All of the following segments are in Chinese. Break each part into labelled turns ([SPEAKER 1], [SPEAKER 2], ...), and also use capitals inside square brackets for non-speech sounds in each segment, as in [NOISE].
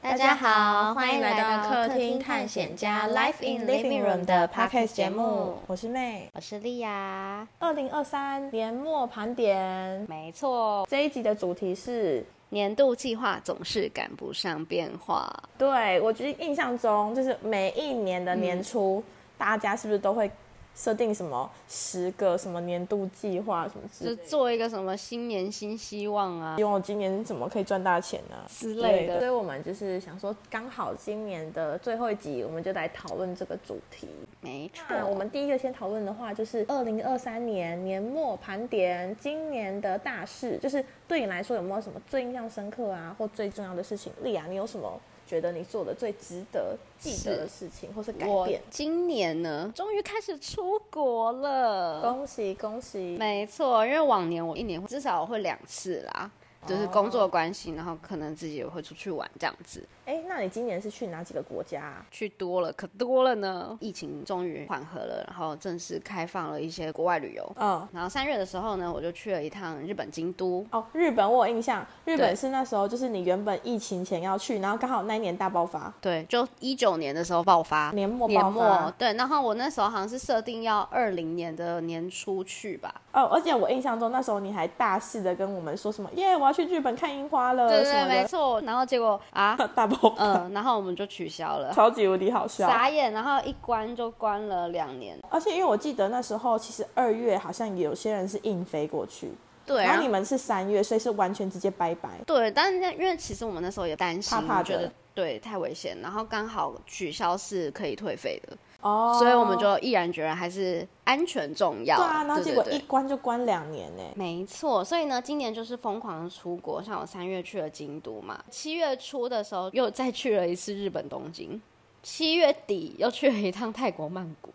[SPEAKER 1] 大家好，欢迎来到客厅探险家 Life in Living Room 的 Podcast 节目。
[SPEAKER 2] 我是妹。
[SPEAKER 1] 我是莉亚，
[SPEAKER 2] 二零二三年末盘点，
[SPEAKER 1] 没错，
[SPEAKER 2] 这一集的主题是，
[SPEAKER 1] 年度计划总是赶不上变化，
[SPEAKER 2] 对我觉得印象中就是每一年的年
[SPEAKER 1] 嗯
[SPEAKER 2] 初，大家是不是都会设定什么十个什么年度计划什么之
[SPEAKER 1] 就
[SPEAKER 2] 类的？
[SPEAKER 1] 做一个什么新年新希望啊
[SPEAKER 2] 希，望我今年怎么可以赚大钱呢、
[SPEAKER 1] 之类的
[SPEAKER 2] 所以我们就是想说，刚好今年的最后一集，我们就来讨论这个主题。
[SPEAKER 1] 没错，
[SPEAKER 2] 那我们第一个先讨论的话，就是二零二三年年末盘点今年的大事，就是对你来说有没有什么最印象深刻啊，或最重要的事情？丽亚，你有什么觉得你做的最值得记得的事情，或是改
[SPEAKER 1] 我
[SPEAKER 2] 变？
[SPEAKER 1] 今年呢，终于开始出国了，
[SPEAKER 2] 恭喜恭喜！
[SPEAKER 1] 没错，因为往年我一年至少会两次啦。就是工作关系，然后可能自己也会出去玩这样子，
[SPEAKER 2] 哎，那你今年是去哪几个国家、啊？
[SPEAKER 1] 去多了可多了呢。疫情终于缓和了，然后正式开放了一些国外旅游，
[SPEAKER 2] 嗯。
[SPEAKER 1] 然后三月的时候呢，我就去了一趟日本京都。
[SPEAKER 2] 哦，日本我有印象，日
[SPEAKER 1] 对
[SPEAKER 2] 本是那时候就是你原本疫情前要去，然后刚好那一年大爆发，
[SPEAKER 1] 对，就一九年的时候爆发，
[SPEAKER 2] 年末
[SPEAKER 1] 年
[SPEAKER 2] 爆发
[SPEAKER 1] 末，对。然后我那时候好像是设定要二零年的年初去吧，
[SPEAKER 2] 哦，而且我印象中那时候你还大肆的跟我们说什么耶，我要去日本看樱花了
[SPEAKER 1] 对
[SPEAKER 2] 呃什
[SPEAKER 1] 对，
[SPEAKER 2] 么
[SPEAKER 1] 没
[SPEAKER 2] 的，
[SPEAKER 1] 错。然后结果啊，
[SPEAKER 2] [LAUGHS] 大爆发。
[SPEAKER 1] 嗯、然后我们就取消
[SPEAKER 2] [LAUGHS]
[SPEAKER 1] 了，
[SPEAKER 2] 超级无敌好笑。
[SPEAKER 1] 傻眼。然后一关就关了两年，
[SPEAKER 2] 而且因为我记得那时候其实二月好像有些人是硬飞过去，
[SPEAKER 1] 对，啊
[SPEAKER 2] 然
[SPEAKER 1] 然
[SPEAKER 2] 后
[SPEAKER 1] 后
[SPEAKER 2] 你们是三月，所以是完全直接拜拜。
[SPEAKER 1] 对，但是因为其实我们那时候也担心，
[SPEAKER 2] 怕怕的
[SPEAKER 1] 觉得对太危险，然后刚好取消是可以退费的，
[SPEAKER 2] 哦，
[SPEAKER 1] 所以我们就毅然决然还是安全重要。
[SPEAKER 2] 对啊，然后结果
[SPEAKER 1] 对
[SPEAKER 2] 一
[SPEAKER 1] 对
[SPEAKER 2] 关就关两年呢、
[SPEAKER 1] 没错，所以呢，今年就是疯狂的出国，像我三月去了京都嘛，七月初的时候又再去了一次日本东京，七月底又去了一趟泰国曼谷，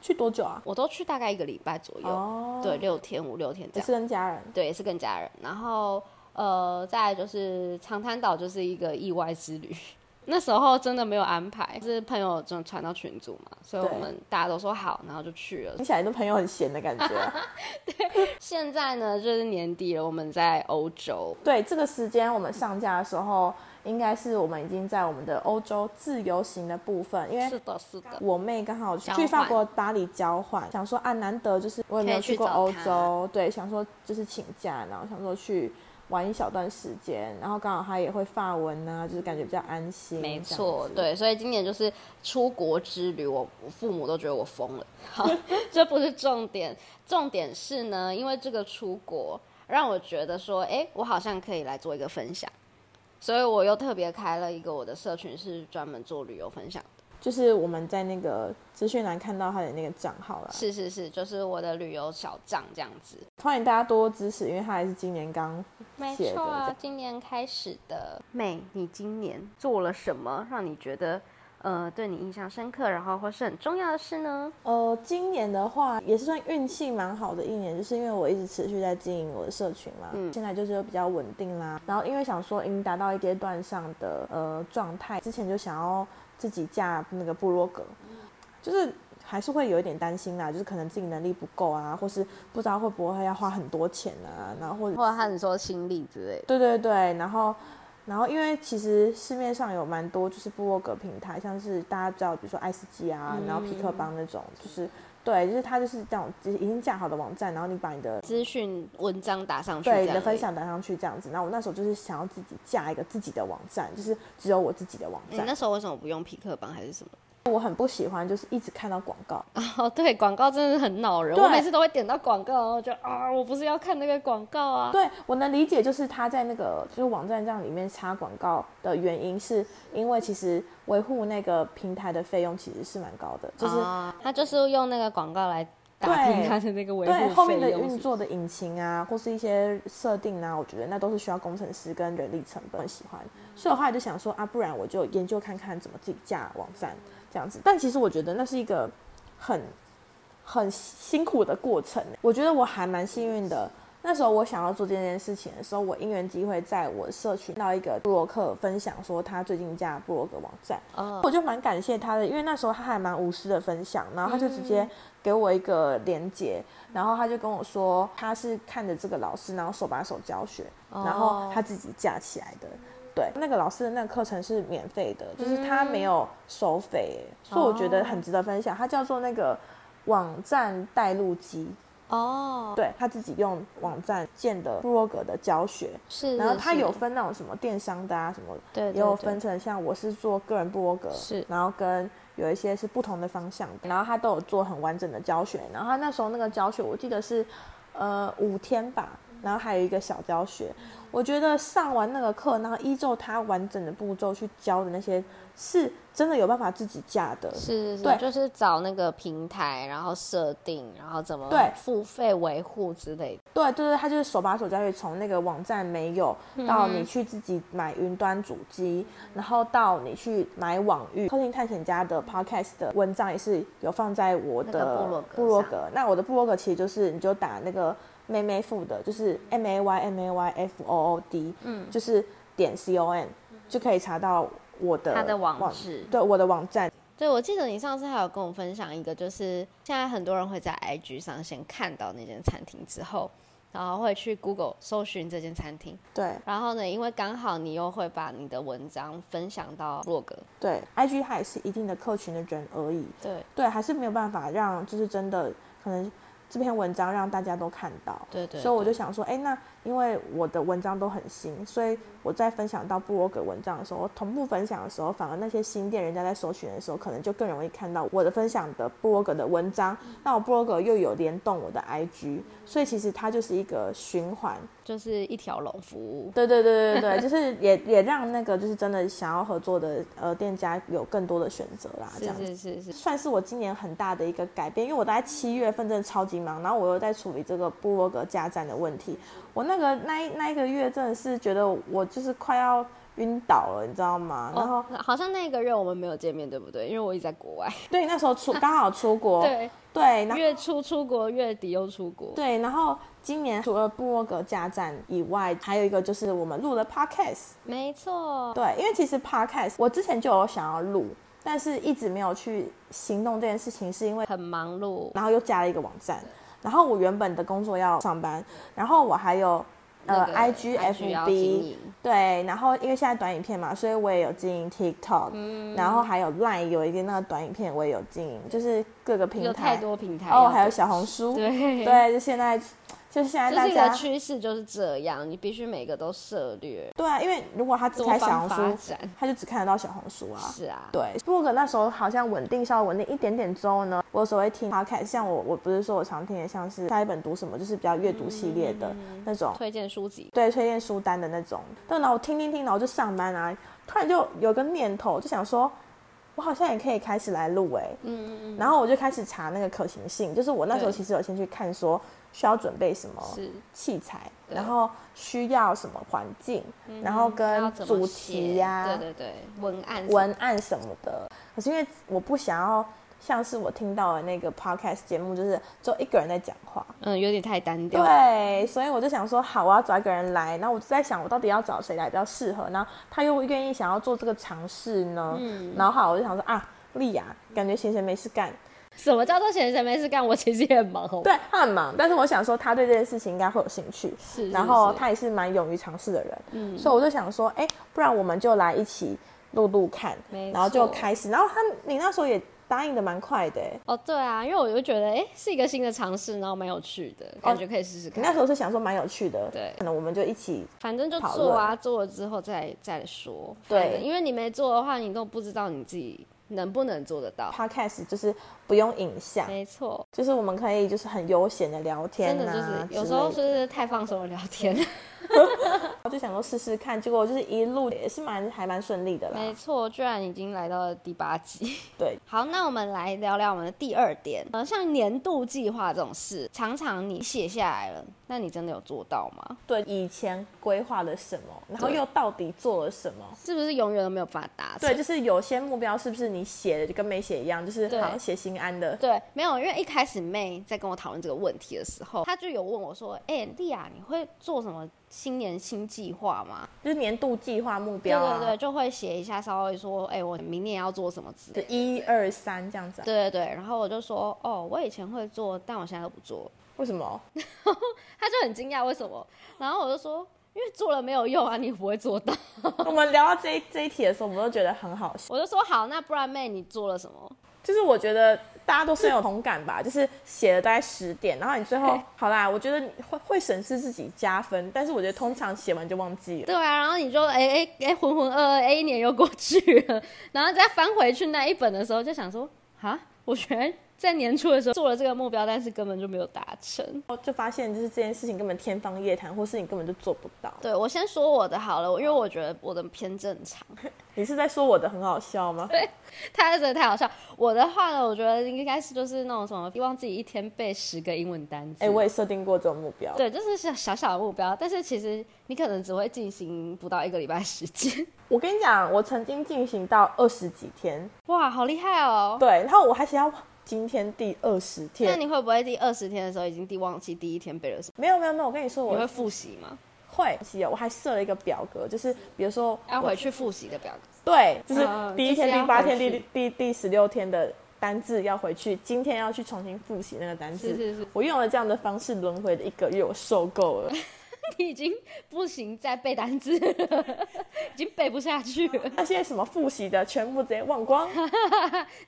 [SPEAKER 2] 去多久啊？
[SPEAKER 1] 我都去大概一个礼拜左右，
[SPEAKER 2] 哦，
[SPEAKER 1] 对，，六天五六天这
[SPEAKER 2] 也
[SPEAKER 1] 样，
[SPEAKER 2] 是跟家人。
[SPEAKER 1] 对，也是跟家人，然后呃，再来就是长滩岛就是一个意外之旅。那时候真的没有安排，是朋友就传到群组嘛，所以
[SPEAKER 2] 对
[SPEAKER 1] 我们大家都说好，然后就去了。
[SPEAKER 2] 听起来都朋友很闲的感觉啊、
[SPEAKER 1] [LAUGHS] 现在呢，就是年底了，我们在欧洲，
[SPEAKER 2] 对，这个时间我们上架的时候，应该是我们已经在我们的欧洲自由行的部分，因为
[SPEAKER 1] 是的，是的，
[SPEAKER 2] 我妹刚好
[SPEAKER 1] 交换
[SPEAKER 2] 去法国巴黎交换，想说啊，难得就是我也没有去过欧
[SPEAKER 1] 可以去找
[SPEAKER 2] 洲，对，想说就是请假，然后想说去玩一小段时间，然后刚好她也会法文呢、就是感觉比较安心。
[SPEAKER 1] 没错，
[SPEAKER 2] 这样子，
[SPEAKER 1] 对，所以今年就是出国之旅，我我父母都觉得我疯了。 [LAUGHS] 好，这不是重点，重点是呢，因为这个出国让我觉得说，哎，我好像可以来做一个分享，所以我又特别开了一个我的社群，是专门做旅游分享的。
[SPEAKER 2] 就是我们在那个资讯栏看到她的那个账号啦，
[SPEAKER 1] 是是是，就是我的旅游小账这样子。
[SPEAKER 2] 欢迎大家多多支持，因为她还是今年刚
[SPEAKER 1] 没
[SPEAKER 2] 写的
[SPEAKER 1] 错
[SPEAKER 2] 这
[SPEAKER 1] 啊
[SPEAKER 2] 样，
[SPEAKER 1] 今年开始的。妹，你今年做了什么让你觉得呃对你印象深刻，然后或是很重要的事呢？
[SPEAKER 2] 呃，今年的话也是算运气蛮好的一年，就是因为我一直持续在经营我的社群嘛，现在就是比较稳定啦。然后因为想说已经达到一阶段上的呃状态，之前就想要自己架那个部落格，就是还是会有一点担心啦，就是可能自己能力不够啊，或是不知道会不会要花很多钱啊，然后或者
[SPEAKER 1] 或者他很说心力之类的。
[SPEAKER 2] 对对对，然后然后因为其实市面上有蛮多就是部落格平台，像是大家知道，比如说爱斯基啊，然后匹
[SPEAKER 1] 嗯
[SPEAKER 2] 克邦那种，就是对，就是它就是这种就是已经架好的网站，然后你把你的
[SPEAKER 1] 资讯文章打上去，
[SPEAKER 2] 对
[SPEAKER 1] 这
[SPEAKER 2] 你
[SPEAKER 1] 样
[SPEAKER 2] 的分
[SPEAKER 1] 而已。
[SPEAKER 2] 享打上去这样子。然后我那时候就是想要自己架一个自己的网站，就是只有我自己的网
[SPEAKER 1] 你
[SPEAKER 2] 站。
[SPEAKER 1] 嗯那时候为什么不用匹克帮还是什么？ [LAUGHS]
[SPEAKER 2] 我很不喜欢就是一直看到广告，
[SPEAKER 1] 哦，对，广告真的是很恼人。
[SPEAKER 2] 对
[SPEAKER 1] 我每次都会点到广告，然后就啊，我不是要看那个广告啊。
[SPEAKER 2] 对我能理解，就是他在那个就是网站这样里面插广告的原因，是因为其实维护那个平台的费用其实是蛮高的，就是
[SPEAKER 1] 啊，他就是用那个广告来打
[SPEAKER 2] 对
[SPEAKER 1] 拼他的那个维护
[SPEAKER 2] 对后面
[SPEAKER 1] 费
[SPEAKER 2] 的
[SPEAKER 1] 用
[SPEAKER 2] 运
[SPEAKER 1] 是
[SPEAKER 2] 作的引擎啊，或是一些设定啊，我觉得那都是需要工程师跟人力成本。很喜欢，所以我后来就想说啊，不然我就研究看看怎么自己架网站这样子。但其实我觉得那是一个很很辛苦的过程。欸我觉得我还蛮幸运的。那时候我想要做这件事情的时候，我因缘机会在我社群到一个布洛克分享说他最近架布洛克网站，
[SPEAKER 1] 哦
[SPEAKER 2] 我就蛮感谢他的，因为那时候他还蛮无私的分享，然后他就直
[SPEAKER 1] 嗯
[SPEAKER 2] 接给我一个连接，然后他就跟我
[SPEAKER 1] 哦
[SPEAKER 2] 说他是看着这个老师，然后手把手教学，然后他自己架起来的。对，那个老师的那个课程是免费的，就是他
[SPEAKER 1] 嗯
[SPEAKER 2] 没有收费、所以我觉
[SPEAKER 1] 哦
[SPEAKER 2] 得很值得分享。它叫做那个网站带路机，
[SPEAKER 1] 哦，
[SPEAKER 2] 对他自己用网站建的部落格的教学，
[SPEAKER 1] 是，
[SPEAKER 2] 然后它
[SPEAKER 1] 是
[SPEAKER 2] 有，分那种什么电商的啊，什么
[SPEAKER 1] 对对
[SPEAKER 2] 也有
[SPEAKER 1] 对
[SPEAKER 2] 分成像我是做个人部落格，
[SPEAKER 1] 是
[SPEAKER 2] 然后跟有一些是不同的方向的，然后他都有做很完整的教学，然后他那时候那个教学我记得是呃五天吧，然后还有一个小教学，我觉得上完那个课，然后依照他完整的步骤去教的那些，是真的有办法自己架的，
[SPEAKER 1] 是是是，
[SPEAKER 2] 对
[SPEAKER 1] 就是找那个平台，然后设定，然后怎么
[SPEAKER 2] 对
[SPEAKER 1] 付费维护之类的。
[SPEAKER 2] 对对对，它就是手把手教育，从那个网站没有
[SPEAKER 1] 嗯
[SPEAKER 2] 到你去自己买云端主机，然后到你去买网域。偷听探险家的 podcast 的文章也是有放在我
[SPEAKER 1] 那个
[SPEAKER 2] 的
[SPEAKER 1] 部落格
[SPEAKER 2] 部落
[SPEAKER 1] 上
[SPEAKER 2] 格。那我的部落格其实就是你就打那个妹妹付的，就是 M A Y M A Y F O O D，嗯，就是点 C O N、就可以查到我的
[SPEAKER 1] 它的网址
[SPEAKER 2] 对我的网站。
[SPEAKER 1] 对，我记得你上次还有跟我分享一个，就是现在很多人会在 IG 上先看到那间餐厅之后，然后会去 Google 搜寻这间餐厅，
[SPEAKER 2] 对
[SPEAKER 1] 然后呢，因为刚好你又会把你的文章分享到 blog，
[SPEAKER 2] 对，IG 它也是一定的客群的人而已。
[SPEAKER 1] 对
[SPEAKER 2] 对，还是没有办法让，就是真的可能这篇文章让大家都看到。
[SPEAKER 1] 对对，
[SPEAKER 2] 所以我
[SPEAKER 1] 对
[SPEAKER 2] 就想说，哎，那因为我的文章都很新，所以我在分享到布洛格文章的时候，同步分享的时候，反而那些新店人家在搜寻的时候，可能就更容易看到我的分享的布洛格的文章。
[SPEAKER 1] 嗯
[SPEAKER 2] 那我布洛格又有联动我的 IG，所以其实它就是一个循环。
[SPEAKER 1] 就是一条龙服务。
[SPEAKER 2] 对对对对
[SPEAKER 1] [LAUGHS]
[SPEAKER 2] 对，就是也也让那个就是真的想要合作的呃店家有更多的选择啦，这
[SPEAKER 1] 是
[SPEAKER 2] 样子。
[SPEAKER 1] 是是是，
[SPEAKER 2] 算是我今年很大的一个改变，因为我大概七月份真的超级忙，然后我又在处理这个部落格加站的问题。我那个那一那一个月真的是觉得我就是快要晕倒了，你知道吗？然后、
[SPEAKER 1] 哦，好像那个月我们没有见面，对不对？因为我一直在国外。
[SPEAKER 2] 对那时候出刚好出国，
[SPEAKER 1] [LAUGHS] 对，
[SPEAKER 2] 对，然后
[SPEAKER 1] 月初出国，月底又出国。
[SPEAKER 2] 对，然后今年除了部落格加站以外，还有一个就是我们录了 podcast。
[SPEAKER 1] 没错，
[SPEAKER 2] 对，因为其实 podcast 我之前就有想要录，但是一直没有去行动这件事情，是因为
[SPEAKER 1] 很忙碌。
[SPEAKER 2] 然后又加了一个网站，然后我原本的工作要上班，然后我还有呃
[SPEAKER 1] 那个
[SPEAKER 2] I G F
[SPEAKER 1] 要经
[SPEAKER 2] B
[SPEAKER 1] 营
[SPEAKER 2] 对，然后因为现在短影片嘛，所以我也有经营 TikTok，、然
[SPEAKER 1] 嗯
[SPEAKER 2] 后还有 Line 有一个那个短影片我也有经营，就是各个平
[SPEAKER 1] 有
[SPEAKER 2] 台
[SPEAKER 1] 太多平台
[SPEAKER 2] 哦
[SPEAKER 1] 要，
[SPEAKER 2] 还有
[SPEAKER 1] 做
[SPEAKER 2] 小红书，
[SPEAKER 1] 对
[SPEAKER 2] 对，就现在就现在
[SPEAKER 1] 就
[SPEAKER 2] 大
[SPEAKER 1] 是一个
[SPEAKER 2] 家
[SPEAKER 1] 趋势，就是这样，你必须每个都涉略，
[SPEAKER 2] 对啊，因为如果他只
[SPEAKER 1] 多
[SPEAKER 2] 开小
[SPEAKER 1] 方发
[SPEAKER 2] 红书
[SPEAKER 1] 展，
[SPEAKER 2] 他就只看得到小红书啊，
[SPEAKER 1] 是啊，
[SPEAKER 2] 对，不过那时候好像稳定稍微稳定一点点之后呢，我有时候会听 podcast，像我我不是说我常听的像是下一本读什么，就是比较阅读系列
[SPEAKER 1] 嗯
[SPEAKER 2] 的那种，
[SPEAKER 1] 推荐书籍，
[SPEAKER 2] 对，推荐书单的那种。但然后我听听听，然后就上班啊，突然就有个念头，就想说。我好像也可以开始来录哎、
[SPEAKER 1] 嗯嗯
[SPEAKER 2] 然后我就开始查那个可行性，就是我那时候
[SPEAKER 1] 对
[SPEAKER 2] 其实有先去看说需要准备什么
[SPEAKER 1] 嗯，是
[SPEAKER 2] 器材，
[SPEAKER 1] 对嗯
[SPEAKER 2] 然后需要什么环境，然后
[SPEAKER 1] 要
[SPEAKER 2] 跟
[SPEAKER 1] 怎么
[SPEAKER 2] 嗯主
[SPEAKER 1] 写
[SPEAKER 2] 题
[SPEAKER 1] 对
[SPEAKER 2] 呀、
[SPEAKER 1] 对对，文案
[SPEAKER 2] 文案什么的。可是因为我不想要像是我听到的那个 podcast 节目，就是只有一个人在讲话。
[SPEAKER 1] 嗯有点太单调，
[SPEAKER 2] 对，所以我就想说，好，我要找一个人来。那我就在想，我到底要找谁来比较适合？然后他又愿意想要做这个尝试呢？
[SPEAKER 1] 嗯
[SPEAKER 2] 然后好，我就想说啊，丽雅，感觉闲闲没事干。
[SPEAKER 1] 什么叫做闲着没事干？我其实也很忙，好哦不好
[SPEAKER 2] 对，他很忙，但是我想说，他对这件事情应该会有兴趣。
[SPEAKER 1] 是，是
[SPEAKER 2] 然后
[SPEAKER 1] 是
[SPEAKER 2] 他也是蛮勇于尝试的人，
[SPEAKER 1] 嗯
[SPEAKER 2] 所以我就想说，哎，不然我们就来一起录录看
[SPEAKER 1] 没，
[SPEAKER 2] 然后就
[SPEAKER 1] 错
[SPEAKER 2] 开始。然后他，你那时候也答应的蛮快的，欸诶
[SPEAKER 1] 哦对啊，因为我就觉得哎是一个新的尝试，然后蛮有趣的，感觉可以试试
[SPEAKER 2] 你
[SPEAKER 1] 看，
[SPEAKER 2] 哦那时候是想说蛮有趣的，
[SPEAKER 1] 对
[SPEAKER 2] 可能我们就一起，
[SPEAKER 1] 反正就做啊，做了之后再再说，
[SPEAKER 2] 对
[SPEAKER 1] 反正因为你没做的话，你都不知道你自己能不能做得到，
[SPEAKER 2] podcast 就是不用影像，
[SPEAKER 1] 没错。
[SPEAKER 2] 就是我们可以就是很悠闲的聊天
[SPEAKER 1] 真的
[SPEAKER 2] 呐、
[SPEAKER 1] 就是有
[SPEAKER 2] 之
[SPEAKER 1] 时候
[SPEAKER 2] 类
[SPEAKER 1] 就
[SPEAKER 2] 的啊
[SPEAKER 1] 是太放松了聊天，
[SPEAKER 2] 我就想说试试看，结果我就是一路也是蛮还蛮顺利的啦，
[SPEAKER 1] 没错，居然已经来到了第八集。
[SPEAKER 2] 对，
[SPEAKER 1] 好，那我们来聊聊我们的第二点，呃，像年度计划这种事，常常你写下来了，那你真的有做到吗？
[SPEAKER 2] 对以前规划了什么，然后
[SPEAKER 1] 对
[SPEAKER 2] 又到底做了什么，
[SPEAKER 1] 是不是永远都没有办法达成？
[SPEAKER 2] 对，就是有些目标是不是你写的就跟没写一样，就是
[SPEAKER 1] 对
[SPEAKER 2] 好像写心安的，
[SPEAKER 1] 对，没有，因为一开始妹在跟我讨论这个问题的时候，她就有问我说：“哎、莉亚，你会做什么新年新计划吗
[SPEAKER 2] 就是年度计划目？”
[SPEAKER 1] 对
[SPEAKER 2] 标啊，
[SPEAKER 1] 对对，就会写一下，稍微说：“哎、我明年要做什么之类的。”
[SPEAKER 2] 就一二三这样子、啊。
[SPEAKER 1] 对对对，然后我就说，哦，我以前会做，但我现在都不做。
[SPEAKER 2] 为什么？
[SPEAKER 1] 他就很惊讶为什么，然后我就说，因为做了没有用啊，你不会做到。
[SPEAKER 2] [LAUGHS] 我们聊到这一这一题的时候，我们都觉得很好笑。
[SPEAKER 1] 我就说好，那不然妹你做了什么？
[SPEAKER 2] 就是我觉得大家都深有同感吧，就是写了大概十点，然后你最后
[SPEAKER 1] 对
[SPEAKER 2] 好啦，我觉得你会会审视自己加分，但是我觉得通常写完就忘记了。
[SPEAKER 1] 对啊，然后你就哎哎哎浑浑噩噩，哎一年又过去了， [LAUGHS] 然后再翻回去那一本的时候，就想说啊，我居然在年初的时候做了这个目标，但是根本就没有达成。
[SPEAKER 2] 然后就发现就是这件事情根本天方夜谭，或是你根本就做不到。
[SPEAKER 1] 对我先说我的好了，因为我觉得我的偏正常。 [LAUGHS]
[SPEAKER 2] 你是在说我的很好笑吗？
[SPEAKER 1] 太真的太好笑。我的话呢，我觉得应该是就是那种什么，希望自己一天背十个英文单词。
[SPEAKER 2] 哎、我也设定过这种目标。
[SPEAKER 1] 对，就是小小小的目标，但是其实你可能只会进行不到一个礼拜时间。
[SPEAKER 2] 我跟你讲，我曾经进行到二十几天，
[SPEAKER 1] 哇，好厉害哦！
[SPEAKER 2] 对，然后我还写到哇今天第二十
[SPEAKER 1] 那
[SPEAKER 2] 天。
[SPEAKER 1] 你会不会第二十天的时候已经第忘记第一天背了什
[SPEAKER 2] 没有没有没有，我跟你说，
[SPEAKER 1] 么？你会
[SPEAKER 2] 我
[SPEAKER 1] 复习吗？
[SPEAKER 2] 会写，我还设了一个表格，就是比如说
[SPEAKER 1] 要
[SPEAKER 2] 我
[SPEAKER 1] 回去复习的表格。
[SPEAKER 2] 对，就是
[SPEAKER 1] 嗯
[SPEAKER 2] 第一天、
[SPEAKER 1] 就是要
[SPEAKER 2] 第八天、
[SPEAKER 1] 回去
[SPEAKER 2] 第第第十六天的单字要回去，今天要去重新复习那个单字。
[SPEAKER 1] 是是是
[SPEAKER 2] 我用了这样的方式轮回了一个月，我受够 [LAUGHS] 了。
[SPEAKER 1] 你已经不行再背单词了，已经背不下去了。
[SPEAKER 2] 那些什么复习的全部直接忘 [LAUGHS] 光。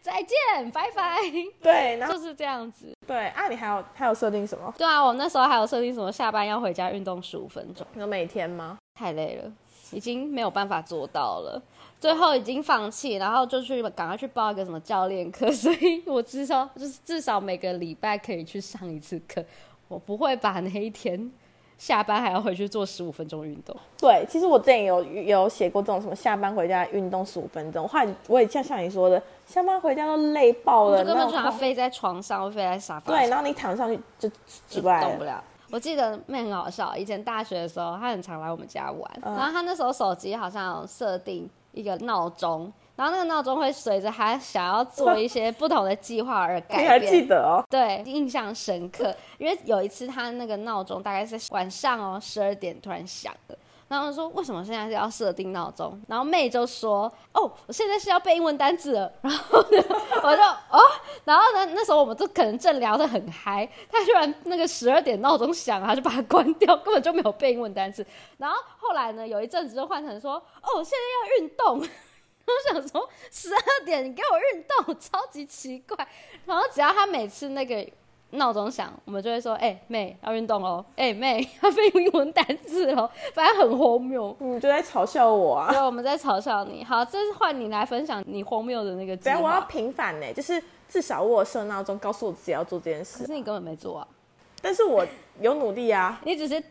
[SPEAKER 1] 再见，拜拜。
[SPEAKER 2] 对，然后
[SPEAKER 1] 就是这样子。
[SPEAKER 2] 对啊，你还有还有设定什么？
[SPEAKER 1] 对啊，我那时候还有设定什么下班要回家运动十五分钟。
[SPEAKER 2] 你说每天吗？
[SPEAKER 1] 太累了，已经没有办法做到了，最后已经放弃，然后就去赶快去报一个什么教练课，所以我至少就是至少每个礼拜可以去上一次课，我不会把那一天下班还要回去做十五分钟运动。
[SPEAKER 2] 对，其实我之前有有写过这种什么下班回家运动十五分钟，我后来我也像像你说的，下班回家都累爆
[SPEAKER 1] 我
[SPEAKER 2] 了，
[SPEAKER 1] 就根
[SPEAKER 2] 那
[SPEAKER 1] 本
[SPEAKER 2] 种
[SPEAKER 1] 就想要
[SPEAKER 2] 空
[SPEAKER 1] 飞在床上，或飞在沙发
[SPEAKER 2] 对，
[SPEAKER 1] 上，
[SPEAKER 2] 然后你躺上去就起不来
[SPEAKER 1] 动不
[SPEAKER 2] 了。
[SPEAKER 1] 了。我记得妹很好笑，以前大学的时候，她很常来我们家玩，
[SPEAKER 2] 嗯
[SPEAKER 1] 然后她那时候手机好像有设定一个闹钟。然后那个闹钟会随着她想要做一些不同的计划而改
[SPEAKER 2] [LAUGHS] 你
[SPEAKER 1] 变。
[SPEAKER 2] 还记得哦？
[SPEAKER 1] 对，印象深刻，因为有一次他那个闹钟大概是晚上哦十二点突然响的，然后我就说为什么现在是要设定闹钟？然后妹就说哦，我现在是要背英文单词了。然后呢，我就哦，然后呢，那时候我们都可能正聊得很嗨，他居然那个十二点闹钟响，他就把它关掉，根本就没有背英文单词。然后后来呢，有一阵子就换成说哦，我现在要运动。 [LAUGHS] 我想说，十二点你给我运动，超级奇怪。然后只要他每次那个闹钟响，我们就会说：“哎、妹要运动哦，哎、妹 [LAUGHS] 要背英文单词哦。”反正很荒谬。 [LAUGHS]
[SPEAKER 2] 你就在嘲笑我啊！
[SPEAKER 1] 所以我们在嘲笑你。好，这是换你来分享你荒谬的那个计
[SPEAKER 2] 等下我要
[SPEAKER 1] 划，
[SPEAKER 2] 平反呢、就是至少我有设闹钟，告诉我自己要做这件
[SPEAKER 1] 可
[SPEAKER 2] 事，
[SPEAKER 1] 是你根本没做啊，
[SPEAKER 2] 但是我有努力啊。
[SPEAKER 1] 你只是叮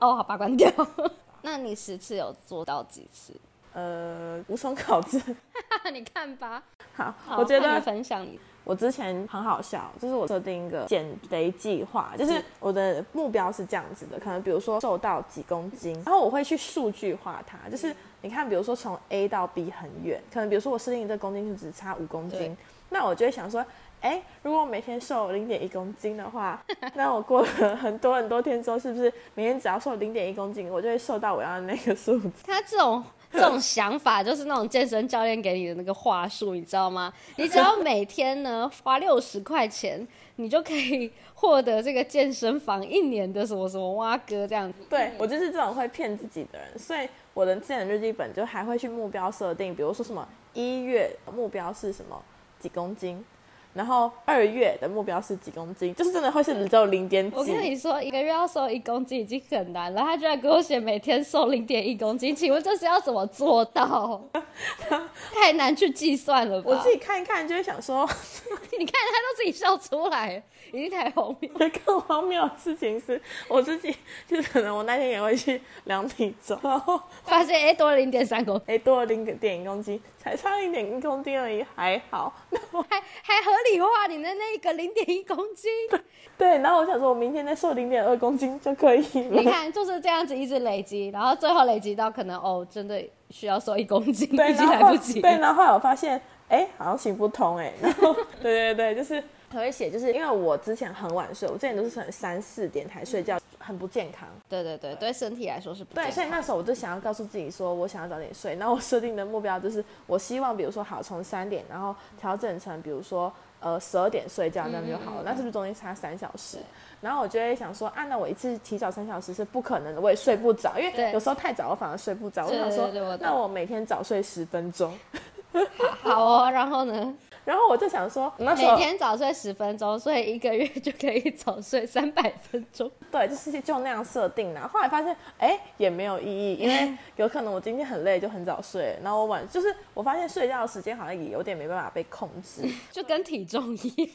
[SPEAKER 1] 哦，好吧，关掉。 [LAUGHS] 那你十次有做到几次？
[SPEAKER 2] 呃，无从考证。
[SPEAKER 1] [LAUGHS] 你看吧。
[SPEAKER 2] 好，
[SPEAKER 1] 好
[SPEAKER 2] 我觉
[SPEAKER 1] 换你
[SPEAKER 2] 得
[SPEAKER 1] 分享你
[SPEAKER 2] 我之前很好笑，就是我设定一个减肥计划，就是
[SPEAKER 1] 是
[SPEAKER 2] 我的目标是这样子的，可能比如说瘦到几公斤，然后我会去数据化它，就是你看，比如说从 A 到 B 很远，可能比如说我设定这公斤数只差五公斤
[SPEAKER 1] 对，
[SPEAKER 2] 那我就会想说。哎，如果我每天瘦零点一公斤的话，那我过了很多很多天之后，是不是每天只要瘦零点一公斤，我就会瘦到我要的那个数字？
[SPEAKER 1] 他这种这种想法，就是那种健身教练给你的那个话术，你知道吗？你只要每天呢花六十块钱，你就可以获得这个健身房一年的什么什么蛙哥这样子。
[SPEAKER 2] 对我就是这种会骗自己的人，所以我的之前的日记本就还会去目标设定，比如说什么一月目标是什么几公斤，然后二月的目标是几公斤，就是真的会是只有零点
[SPEAKER 1] 我跟
[SPEAKER 2] 几。
[SPEAKER 1] 你说，一个月要瘦一公斤已经很难了，他居然给我写每天瘦零点一公斤，请问这是要怎么做到？太难去计算了吧？
[SPEAKER 2] 我自己看一看就会想说， [LAUGHS]
[SPEAKER 1] 你看他都自己笑出来了，已经太荒谬了。
[SPEAKER 2] 更荒谬的事情是我自己，就是可能我那天也会去量体重，然后
[SPEAKER 1] 发现哎、诶多了零点三公斤，
[SPEAKER 2] 哎多了零点一公斤，才差零点一公斤而已，还好。
[SPEAKER 1] 还还合理化你的那个零点一公斤。
[SPEAKER 2] 对，然后我想说，我明天再瘦零点二公斤就可以
[SPEAKER 1] [LAUGHS] 你
[SPEAKER 2] 了。
[SPEAKER 1] 看，就是这样子一直累积，然后最后累积到可能哦，真的需要瘦一公斤，
[SPEAKER 2] [LAUGHS]
[SPEAKER 1] [LAUGHS]
[SPEAKER 2] 对，
[SPEAKER 1] 已经
[SPEAKER 2] 然后
[SPEAKER 1] 来不及
[SPEAKER 2] 对，
[SPEAKER 1] 了。
[SPEAKER 2] 然后后来我发现，哎、好像行不通哎、然后对对对，就是 [LAUGHS] 还会写，就是因为我之前很晚睡，我之前都是可能三四点才睡觉，很不健康。
[SPEAKER 1] 对对对，对身体来说是不
[SPEAKER 2] 对，
[SPEAKER 1] 健
[SPEAKER 2] 所以
[SPEAKER 1] 康
[SPEAKER 2] 那时候我就想要告诉自己说，我想要早点睡。然后我设定的目标就是，我希望比如说好从三点，然后调整成比如说呃十二点睡觉，那样就好了。那是不是中间差三小时？然后我就会想说，啊，那我一次提早三小时是不可能的，我也睡不着，因
[SPEAKER 1] 对
[SPEAKER 2] 为有时候太早我反而睡不着。我就
[SPEAKER 1] 对
[SPEAKER 2] 想
[SPEAKER 1] 对
[SPEAKER 2] 说
[SPEAKER 1] 对我懂，
[SPEAKER 2] 那我每天早睡十分钟。
[SPEAKER 1] 好哦，然后呢，
[SPEAKER 2] 然后我就想说，哎那时
[SPEAKER 1] 每
[SPEAKER 2] 候
[SPEAKER 1] 天早睡十分钟，所以一个月就可以早睡 [LAUGHS] 三百分钟。
[SPEAKER 2] 对，就是就那样设定啦。后来发现，哎，也没有意义，因 [LAUGHS] 为有可能我今天很累，就很早睡，然后我晚就是我发现睡觉的时间好像也有点没办法被控制。 [LAUGHS]
[SPEAKER 1] 就跟体重一样，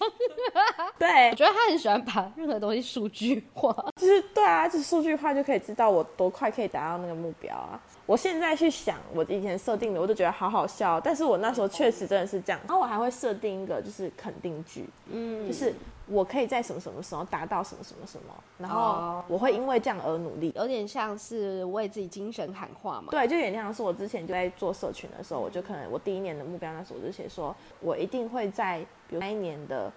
[SPEAKER 2] 对
[SPEAKER 1] 我，觉得他很喜欢把任何东西数据化。
[SPEAKER 2] 就是对啊，就是数据化就可以知道我多快可以达到那个目标啊。我现在去想我以前设定的，我就觉得好好笑，但是我那时候确实真的是这样。然后我还会设定一个就是肯定句，嗯，就是我可以在什么什么时候达到什么什么什么，然后
[SPEAKER 1] 哦
[SPEAKER 2] 我会因为这样而努力。
[SPEAKER 1] 有点像是为自己精神喊话嘛。
[SPEAKER 2] 对，就有点像是我之前就在做社群的时候，我就可能我第一年的目标那时候我就写说，我一定会在比如那一年的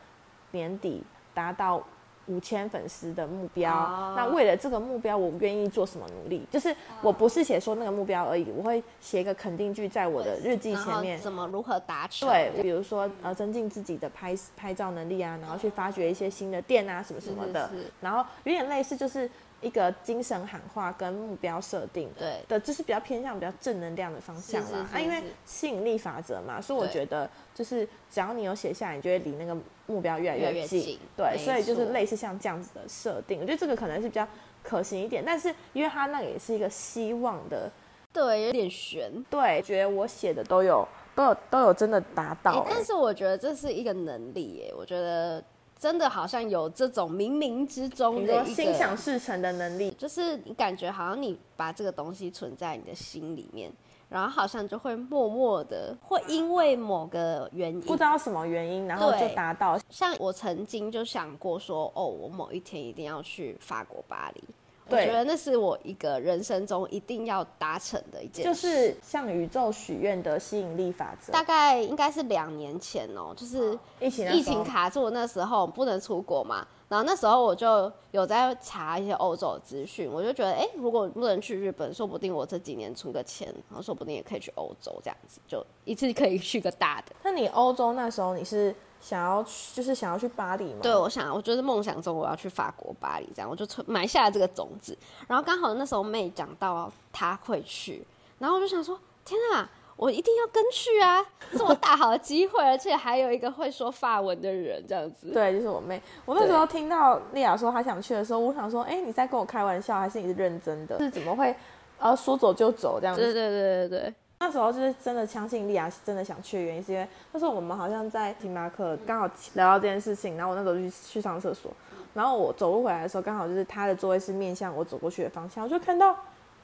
[SPEAKER 2] 年底达到五千粉丝的目标。
[SPEAKER 1] 哦
[SPEAKER 2] 那为了这个目标，我愿意做什么努力？就是我不是写说那个目标而已，我会写一个肯定句在我的日记
[SPEAKER 1] 然
[SPEAKER 2] 前
[SPEAKER 1] 后
[SPEAKER 2] 面。
[SPEAKER 1] 怎么如何达成？
[SPEAKER 2] 对，比如说呃，增进自己的拍拍照能力啊，然后去发掘一些新的店啊，什么什么的，
[SPEAKER 1] 是是是
[SPEAKER 2] 然后有点类似就是一个精神喊话跟目标设定，
[SPEAKER 1] 对
[SPEAKER 2] 的，就是比较偏向比较正能量的方向啦。
[SPEAKER 1] 是是
[SPEAKER 2] 啊，因为
[SPEAKER 1] 是
[SPEAKER 2] 吸引力法则嘛，所以我
[SPEAKER 1] 对
[SPEAKER 2] 觉得就是只要你有写下来，你就会离那个目标越来
[SPEAKER 1] 越来越
[SPEAKER 2] 近。
[SPEAKER 1] 近
[SPEAKER 2] 对，
[SPEAKER 1] 没
[SPEAKER 2] 所以就是
[SPEAKER 1] 错
[SPEAKER 2] 类似像这样子的设定，我觉得这个可能是比较可行一点，但是因为它那个也是一个希望的，
[SPEAKER 1] 对，有点悬。
[SPEAKER 2] 对，觉得我写的都有都有都有真的达到、
[SPEAKER 1] 哎
[SPEAKER 2] 欸，
[SPEAKER 1] 但是我觉得这是一个能力耶，我觉得真的好像有这种冥冥之中
[SPEAKER 2] 你
[SPEAKER 1] 的
[SPEAKER 2] 说
[SPEAKER 1] 一
[SPEAKER 2] 心想
[SPEAKER 1] 个，
[SPEAKER 2] 事成的能力，
[SPEAKER 1] 就是你感觉好像你把这个东西存在你的心里面，然后好像就会默默的，会因为某个原因，
[SPEAKER 2] 不知道什么原因，然后就
[SPEAKER 1] 对
[SPEAKER 2] 达到。
[SPEAKER 1] 像我曾经就想过说，哦，我某一天一定要去法国巴黎。我
[SPEAKER 2] 对
[SPEAKER 1] 觉得那是我一个人生中一定要达成的一件事，
[SPEAKER 2] 就是向宇宙许愿的吸引力法则，
[SPEAKER 1] 大概应该是两年前哦、就是
[SPEAKER 2] 疫情那时候
[SPEAKER 1] 疫情卡住那时候不能出国嘛，然后那时候我就有在查一些欧洲的资讯，我就觉得，哎、如果不能去日本，说不定我这几年存个钱，然后说不定也可以去欧洲这样子，就一次可以去个大的。
[SPEAKER 2] 那你欧洲那时候你是想要去，就是想要去巴黎吗？
[SPEAKER 1] 对，我想我就是梦想中我要去法国巴黎，这样我就存埋下了这个种子。然后刚好那时候妹讲到她会去，然后我就想说，天啊，我一定要跟去啊！这么大好的机会，而且还有一个会说法文的人，这样子。
[SPEAKER 2] 对，就是我妹。我那时候听到丽雅说她想去的时候，我想说，哎、你在跟我开玩笑还是你是认真的？就是怎么会，呃，说走就走这样
[SPEAKER 1] 对
[SPEAKER 2] 子？
[SPEAKER 1] 对对对对，
[SPEAKER 2] 那时候就是真的相信丽雅是真的想去的原因，是因为那时候我们好像在星巴克刚好聊到这件事情，然后我那时候就去去上厕所，然后我走路回来的时候，刚好就是她的座位是面向我走过去的方向，我就看到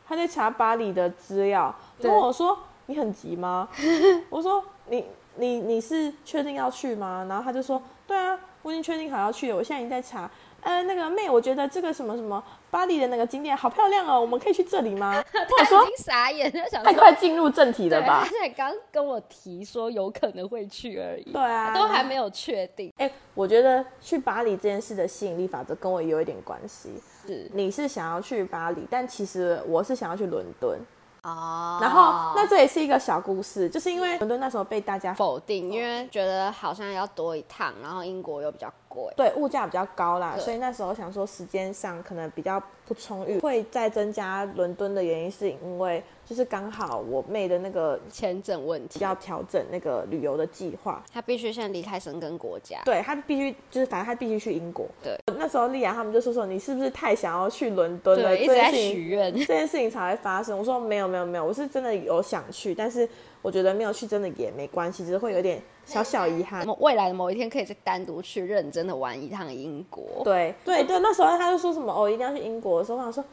[SPEAKER 2] 她在查巴黎的资料，
[SPEAKER 1] 对
[SPEAKER 2] 然后我说你很急吗？ [LAUGHS] 我说你你你是确定要去吗？然后他就说对啊，我已经确定好要去了，我现在已经在查。呃，那个妹，我觉得这个什么什么巴黎的那个景点好漂亮哦，我们可以去这里吗？
[SPEAKER 1] [LAUGHS]
[SPEAKER 2] 我
[SPEAKER 1] 他
[SPEAKER 2] 说
[SPEAKER 1] 已经傻眼，他想
[SPEAKER 2] 太
[SPEAKER 1] 说，
[SPEAKER 2] 快进入正题了
[SPEAKER 1] 对，
[SPEAKER 2] 吧
[SPEAKER 1] 他？才刚跟我提说有可能会去而已，
[SPEAKER 2] 对啊，
[SPEAKER 1] 都还没有确定。
[SPEAKER 2] 哎、我觉得去巴黎这件事的吸引力法则跟我也有一点关系。
[SPEAKER 1] 是
[SPEAKER 2] 你是想要去巴黎，但其实我是想要去伦敦。
[SPEAKER 1] 哦
[SPEAKER 2] 然后，那这也是一个小故事，就是因为伦敦那时候被大家
[SPEAKER 1] 否定，因为觉得好像要多一趟，然后英国又比较贵。
[SPEAKER 2] 对物价比较高啦，
[SPEAKER 1] 对
[SPEAKER 2] 所以那时候想说时间上可能比较不充裕，会再增加伦敦的原因是因为就是刚好我妹的那个
[SPEAKER 1] 签证问题，
[SPEAKER 2] 要调整那个旅游的计划，
[SPEAKER 1] 他必须先离开生根国家。
[SPEAKER 2] 对他必须就是，反正他必须去英国。
[SPEAKER 1] 对，
[SPEAKER 2] 那时候丽雅他们就说说你是不是太想要去伦敦了？
[SPEAKER 1] 对，一直
[SPEAKER 2] 这件
[SPEAKER 1] 在
[SPEAKER 2] 事情
[SPEAKER 1] 许愿。
[SPEAKER 2] 这件事情才会发生。我说没有没有没有，我是真的有想去，但是我觉得没有去真的也没关系，只是会有点小小遗憾。
[SPEAKER 1] 某未来的某一天，可以再单独去认真的玩一趟英国，
[SPEAKER 2] 对对对，那时候他就说什么哦，一定要去英国的时候，我想说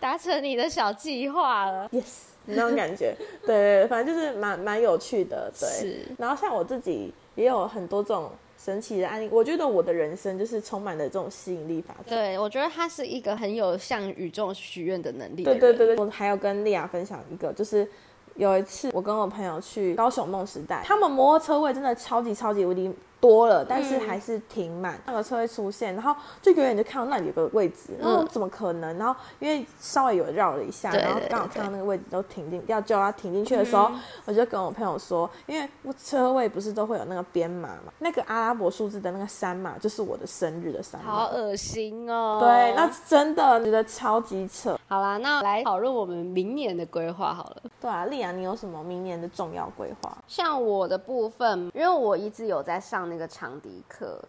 [SPEAKER 1] 达成你的小计划了。
[SPEAKER 2] yes 嗯那嗯种感觉，对对对，反正就是蛮蛮有趣的，对
[SPEAKER 1] 是。
[SPEAKER 2] 然后像我自己也有很多这种神奇的案例，我觉得我的人生就是充满了这种吸引力法则。
[SPEAKER 1] 对，我觉得他是一个很有向宇宙许愿的能力的
[SPEAKER 2] 对
[SPEAKER 1] 人。
[SPEAKER 2] 对对对，我还有跟丽雅分享一个，就是有一次我跟我朋友去高雄梦时代，他们摩托车位真的超级超级无敌多了，但
[SPEAKER 1] 嗯
[SPEAKER 2] 是还是停满，那个车会出现，然后就远远就看到那里有个位置，然后
[SPEAKER 1] 嗯
[SPEAKER 2] 怎么可能？然后因为稍微有绕了一下，
[SPEAKER 1] 对嗯
[SPEAKER 2] 然后
[SPEAKER 1] 对
[SPEAKER 2] 刚好
[SPEAKER 1] 对
[SPEAKER 2] 看到那个位置都停进，要叫他停进去的时候，我就跟我朋友说，因为我车位不是都会有那个编码嘛，那个阿拉伯数字的那个三码就是我的生日的三
[SPEAKER 1] 好
[SPEAKER 2] 码。
[SPEAKER 1] 恶心哦。
[SPEAKER 2] 对，那真的觉得超级扯。
[SPEAKER 1] 好啦，那来讨论我们明年的规划好了。
[SPEAKER 2] 对啊，丽阳，你有什么明年的重要规划？
[SPEAKER 1] 像我的部分，因为我一直有在上那个长笛课，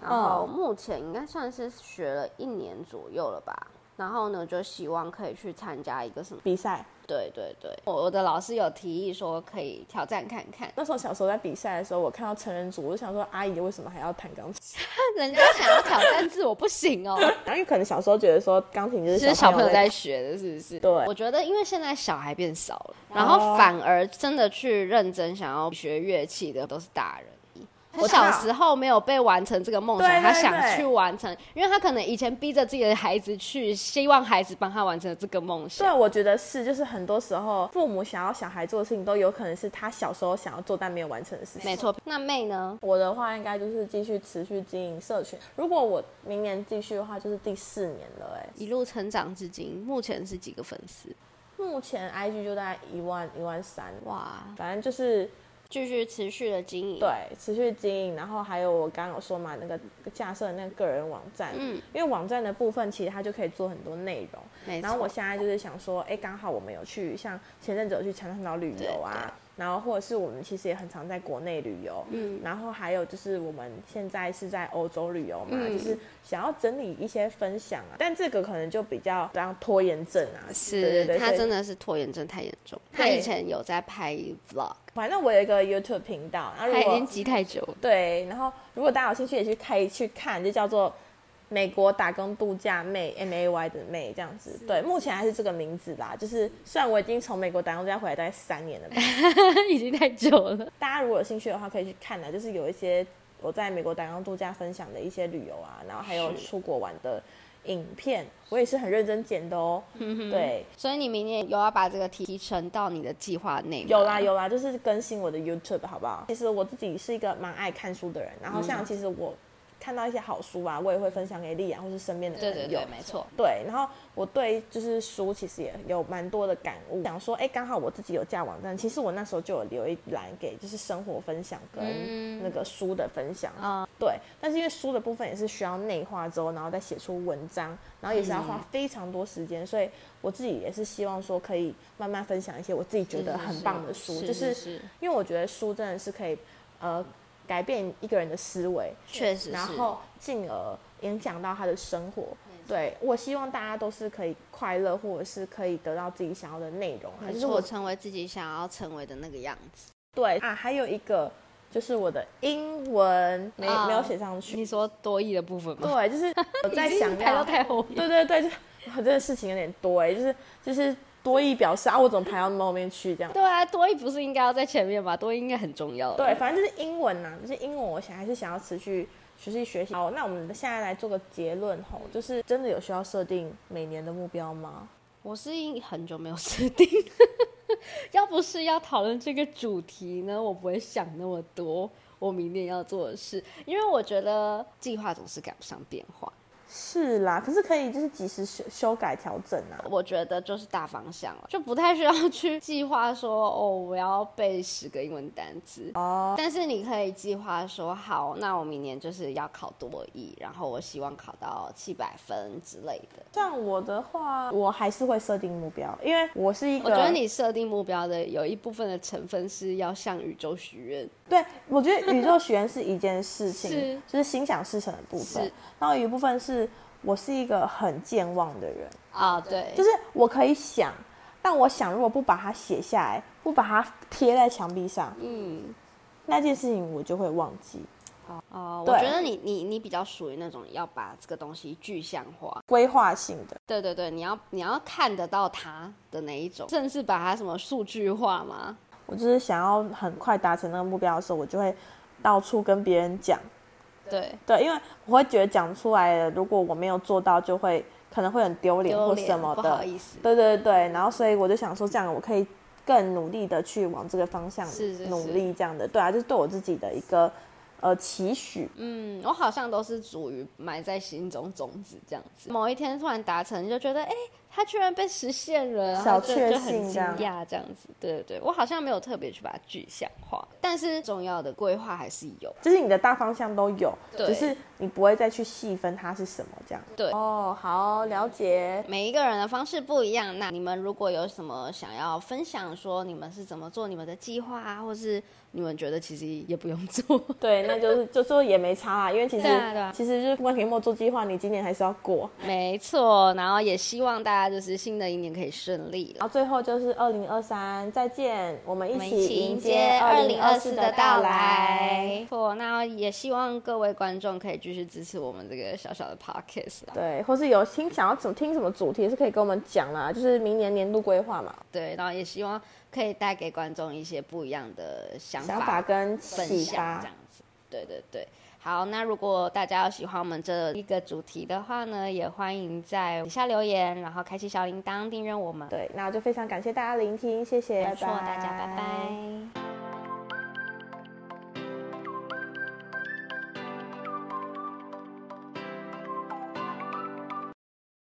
[SPEAKER 1] 然后
[SPEAKER 2] 嗯
[SPEAKER 1] 目前应该算是学了一年左右了吧。然后呢，就希望可以去参加一个什么？
[SPEAKER 2] 比赛？
[SPEAKER 1] 对对对，我我的老师有提议说可以挑战看看，
[SPEAKER 2] 那时候小时候在比赛的时候，我看到成人组，我就想说，阿姨为什么还要弹钢琴？ [LAUGHS]
[SPEAKER 1] 人家想要挑战自我不行哦。
[SPEAKER 2] 然后因为可能小时候觉得说钢琴就是
[SPEAKER 1] 是小朋
[SPEAKER 2] 朋
[SPEAKER 1] 友
[SPEAKER 2] 友
[SPEAKER 1] 在学的，是不是？
[SPEAKER 2] 对哦
[SPEAKER 1] 我觉得因为现在小孩变少了，然后反而真的去认真想要学乐器的都是大人。
[SPEAKER 2] 我
[SPEAKER 1] 我
[SPEAKER 2] 知道
[SPEAKER 1] 小时候没有被完成这个梦
[SPEAKER 2] 对
[SPEAKER 1] 想，
[SPEAKER 2] 对
[SPEAKER 1] 他想
[SPEAKER 2] 对
[SPEAKER 1] 去完成，因为他可能以前逼着自己的孩子去，希望孩子帮他完成这个梦想
[SPEAKER 2] 对，。我觉得是，就是很多时候父母想要小孩做的事情，都有可能是他小时候想要做但没有完成的事情。
[SPEAKER 1] 没。错，那妹呢？
[SPEAKER 2] 我的话应该就是继续持续经营社群。如果我明年继续的话，就是第四年了、哎，
[SPEAKER 1] 一路成长至今，目前是几个粉丝？
[SPEAKER 2] 目前 IG 就大概一万一万三，
[SPEAKER 1] 哇，
[SPEAKER 2] 反正就是
[SPEAKER 1] 继续持续的经营。
[SPEAKER 2] 对，持续经营，然后还有我刚刚有说嘛，那个架设那个个人网站，
[SPEAKER 1] 嗯，
[SPEAKER 2] 因为网站的部分其实它就可以做很多内容。
[SPEAKER 1] 没错。
[SPEAKER 2] 然后我现在就是想说，哎，刚好我们有去像前阵子有去长滩岛旅游
[SPEAKER 1] 对对
[SPEAKER 2] 啊，然后或者是我们其实也很常在国内旅游，嗯，然后还有就是我们现在是在欧洲旅游嘛，
[SPEAKER 1] 嗯
[SPEAKER 2] 就是想要整理一些分享啊，但这个可能就比较当拖延症啊，对对
[SPEAKER 1] 是
[SPEAKER 2] 对，
[SPEAKER 1] 他
[SPEAKER 2] 所以
[SPEAKER 1] 真的是拖延症太严重。他
[SPEAKER 2] 对
[SPEAKER 1] 以前有在拍 vlog，
[SPEAKER 2] 反正我有一个 YouTube 频道，然后
[SPEAKER 1] 他
[SPEAKER 2] 如
[SPEAKER 1] 已经
[SPEAKER 2] 果
[SPEAKER 1] 积太久了。
[SPEAKER 2] 对，然后如果大家有兴趣也去可以去看，就叫做。美国打工度假妹 M A Y 的妹这样子，对，目前还是这个名字啦。就是虽然我已经从美国打工度假回来大概三年了吧，
[SPEAKER 1] [LAUGHS] 已经太久了。
[SPEAKER 2] 大家如果有兴趣的话，可以去看的，就是有一些我在美国打工度假分享的一些旅游啊，然后还有
[SPEAKER 1] 是
[SPEAKER 2] 出国玩的影片，我也是很认真剪的 [LAUGHS] 哦。对，
[SPEAKER 1] 所以你明年有要把这个提升到你的计划内吗
[SPEAKER 2] 有啦，有啦，就是更新我的 YouTube 好不好？其实我自己是一个蛮爱看书的人，然后
[SPEAKER 1] 嗯
[SPEAKER 2] 像其实我看到一些好书啊，我也会分享给丽阳或是身边的朋
[SPEAKER 1] 对
[SPEAKER 2] 友。
[SPEAKER 1] 对对，没错。
[SPEAKER 2] 对，然后我对就是书其实也有蛮多的感悟，想说，哎，刚好我自己有架网站，其实我那时候就有留一栏给就是生活分享跟
[SPEAKER 1] 嗯哦
[SPEAKER 2] 那个书的分享，对，但是因为书的部分也是需要内化之后，然后再写出文章，然后也是要
[SPEAKER 1] 嗯
[SPEAKER 2] 花非常多时间，所以我自己也是希望说可以慢慢分享一些我自己觉得很棒的书，
[SPEAKER 1] 是
[SPEAKER 2] 就
[SPEAKER 1] 是
[SPEAKER 2] 是
[SPEAKER 1] 是
[SPEAKER 2] 因为我觉得书真的是可以，呃，改变一个人的思维，
[SPEAKER 1] 确实是
[SPEAKER 2] 然后进而影响到他的生活。对我希望大家都是可以快乐，或者是可以得到自己想要的内容啊。
[SPEAKER 1] 没
[SPEAKER 2] 就是
[SPEAKER 1] 错，
[SPEAKER 2] 我
[SPEAKER 1] 成为自己想要成为的那个样子。
[SPEAKER 2] 对啊，还有一个就是我的英文没、
[SPEAKER 1] 啊
[SPEAKER 2] 没有写上去。
[SPEAKER 1] 你说多义的部分吗？
[SPEAKER 2] 对，就是
[SPEAKER 1] [LAUGHS]
[SPEAKER 2] 我在
[SPEAKER 1] 已
[SPEAKER 2] 想
[SPEAKER 1] 经排到
[SPEAKER 2] 要，
[SPEAKER 1] 太后面。
[SPEAKER 2] 对对对，就 [LAUGHS] 哇这个事情有点多哎、就是就是多一表示啊，我怎么排到那么后面去这样？
[SPEAKER 1] 对啊，多义不是应该要在前面吗？多义应该很重要。
[SPEAKER 2] 对，，反正就是英文呐、就是英文，我想还是想要持续持续学习。好，那我们现在来做个结论吼，就是真的有需要设定每年的目标吗？
[SPEAKER 1] 我是很久没有设定， [LAUGHS] 要不是要讨论这个主题呢，我不会想那么多我明年要做的事，因为我觉得计划总是赶不上变化。
[SPEAKER 2] 是啦，可是可以就是及时修修改调整啊。
[SPEAKER 1] 我觉得就是大方向了，就不太需要去计划说 [LAUGHS] 哦，我要背十个英文单词。
[SPEAKER 2] 哦，
[SPEAKER 1] 但是你可以计划说，好，那我明年就是要考多译，然后我希望考到七百分之类的。
[SPEAKER 2] 像我的话，我还是会设定目标，因为我是一
[SPEAKER 1] 我
[SPEAKER 2] 个，
[SPEAKER 1] 觉得你设定目标的有一部分的成分是要向宇宙许愿，
[SPEAKER 2] 对，我觉得宇宙许愿是一件事
[SPEAKER 1] [LAUGHS]
[SPEAKER 2] 情，
[SPEAKER 1] 是
[SPEAKER 2] 就是心想事成的部分
[SPEAKER 1] 是。
[SPEAKER 2] 然后有一部分是我是一个很健忘的人，
[SPEAKER 1] 啊，对，
[SPEAKER 2] 就是我可以想，但我想如果不把它写下来，不把它贴在墙壁上，
[SPEAKER 1] 嗯，
[SPEAKER 2] 那件事情我就会忘记。
[SPEAKER 1] 哦，我
[SPEAKER 2] 对
[SPEAKER 1] 觉得你你你比较属于那种要把这个东西具象化，
[SPEAKER 2] 规划性的，
[SPEAKER 1] 对对对，你要你要看得到它的那一种，甚至把它什么数据化嘛，
[SPEAKER 2] 我就是想要很快达成那个目标的时候，我就会到处跟别人讲。
[SPEAKER 1] 对，
[SPEAKER 2] 对，因为我会觉得讲出来了，如果我没有做到，就会可能会很丢脸
[SPEAKER 1] 丢
[SPEAKER 2] 或
[SPEAKER 1] 脸
[SPEAKER 2] 什么
[SPEAKER 1] 不
[SPEAKER 2] 的
[SPEAKER 1] 好。意思，
[SPEAKER 2] 对对对，然后所以我就想说，这样我可以更努力的去往这个方向
[SPEAKER 1] 是是是
[SPEAKER 2] 努力，这样的，对啊，就是对我自己的一个呃期许，
[SPEAKER 1] 嗯，我好像都是属于埋在心中种子这样子。某一天突然达成，就觉得哎、它居然被实现了，然后
[SPEAKER 2] 小
[SPEAKER 1] 就
[SPEAKER 2] 确
[SPEAKER 1] 就很
[SPEAKER 2] 幸这
[SPEAKER 1] 惊
[SPEAKER 2] 样
[SPEAKER 1] 讶这样子。对对对，我好像没有特别去把它具象化，但是重要的规划还是有。
[SPEAKER 2] 就是你的大方向都有，
[SPEAKER 1] 对
[SPEAKER 2] 只是你不会再去细分它是什么这样。
[SPEAKER 1] 对
[SPEAKER 2] 哦，好了解。
[SPEAKER 1] 每一个人的方式不一样，那你们如果有什么想要分享，说你们是怎么做你们的计划啊，或是你们觉得其实也不用
[SPEAKER 2] [LAUGHS]
[SPEAKER 1] 做，
[SPEAKER 2] 对，那就是就说也没差啦，因为其实、
[SPEAKER 1] 对啊对啊
[SPEAKER 2] 其实就是不管你有没有做计划，你今年还是要过。
[SPEAKER 1] 没错。然后也希望大家就是新的一年可以顺利啦
[SPEAKER 2] 然后最后就是二零二三，再见，我们一
[SPEAKER 1] 我们
[SPEAKER 2] 起
[SPEAKER 1] 起
[SPEAKER 2] 迎
[SPEAKER 1] 迎
[SPEAKER 2] 接
[SPEAKER 1] 接
[SPEAKER 2] 二
[SPEAKER 1] 二
[SPEAKER 2] 零
[SPEAKER 1] 零
[SPEAKER 2] 二
[SPEAKER 1] 二
[SPEAKER 2] 四
[SPEAKER 1] 四
[SPEAKER 2] 的
[SPEAKER 1] 的
[SPEAKER 2] 到
[SPEAKER 1] 到
[SPEAKER 2] 来。
[SPEAKER 1] 来。错，那也希望各位观众可以继续支持我们这个小小的 podcast 啦。
[SPEAKER 2] 对，或是有听想要怎么听什么主题，也是可以跟我们讲啦，就是明年年度规划嘛，
[SPEAKER 1] 对，然后也希望可以带给观众一些不一样的想
[SPEAKER 2] 想法
[SPEAKER 1] 法
[SPEAKER 2] 跟
[SPEAKER 1] 分
[SPEAKER 2] 启
[SPEAKER 1] 享，
[SPEAKER 2] 发
[SPEAKER 1] 这。样子。对对对。好，那如果大家有喜欢我们这一个主题的话呢，也欢迎在底下留言，然后开启小铃铛，订阅我们。
[SPEAKER 2] 对，那就非常感谢大家聆听，谢谢，
[SPEAKER 1] 没错，大家拜拜。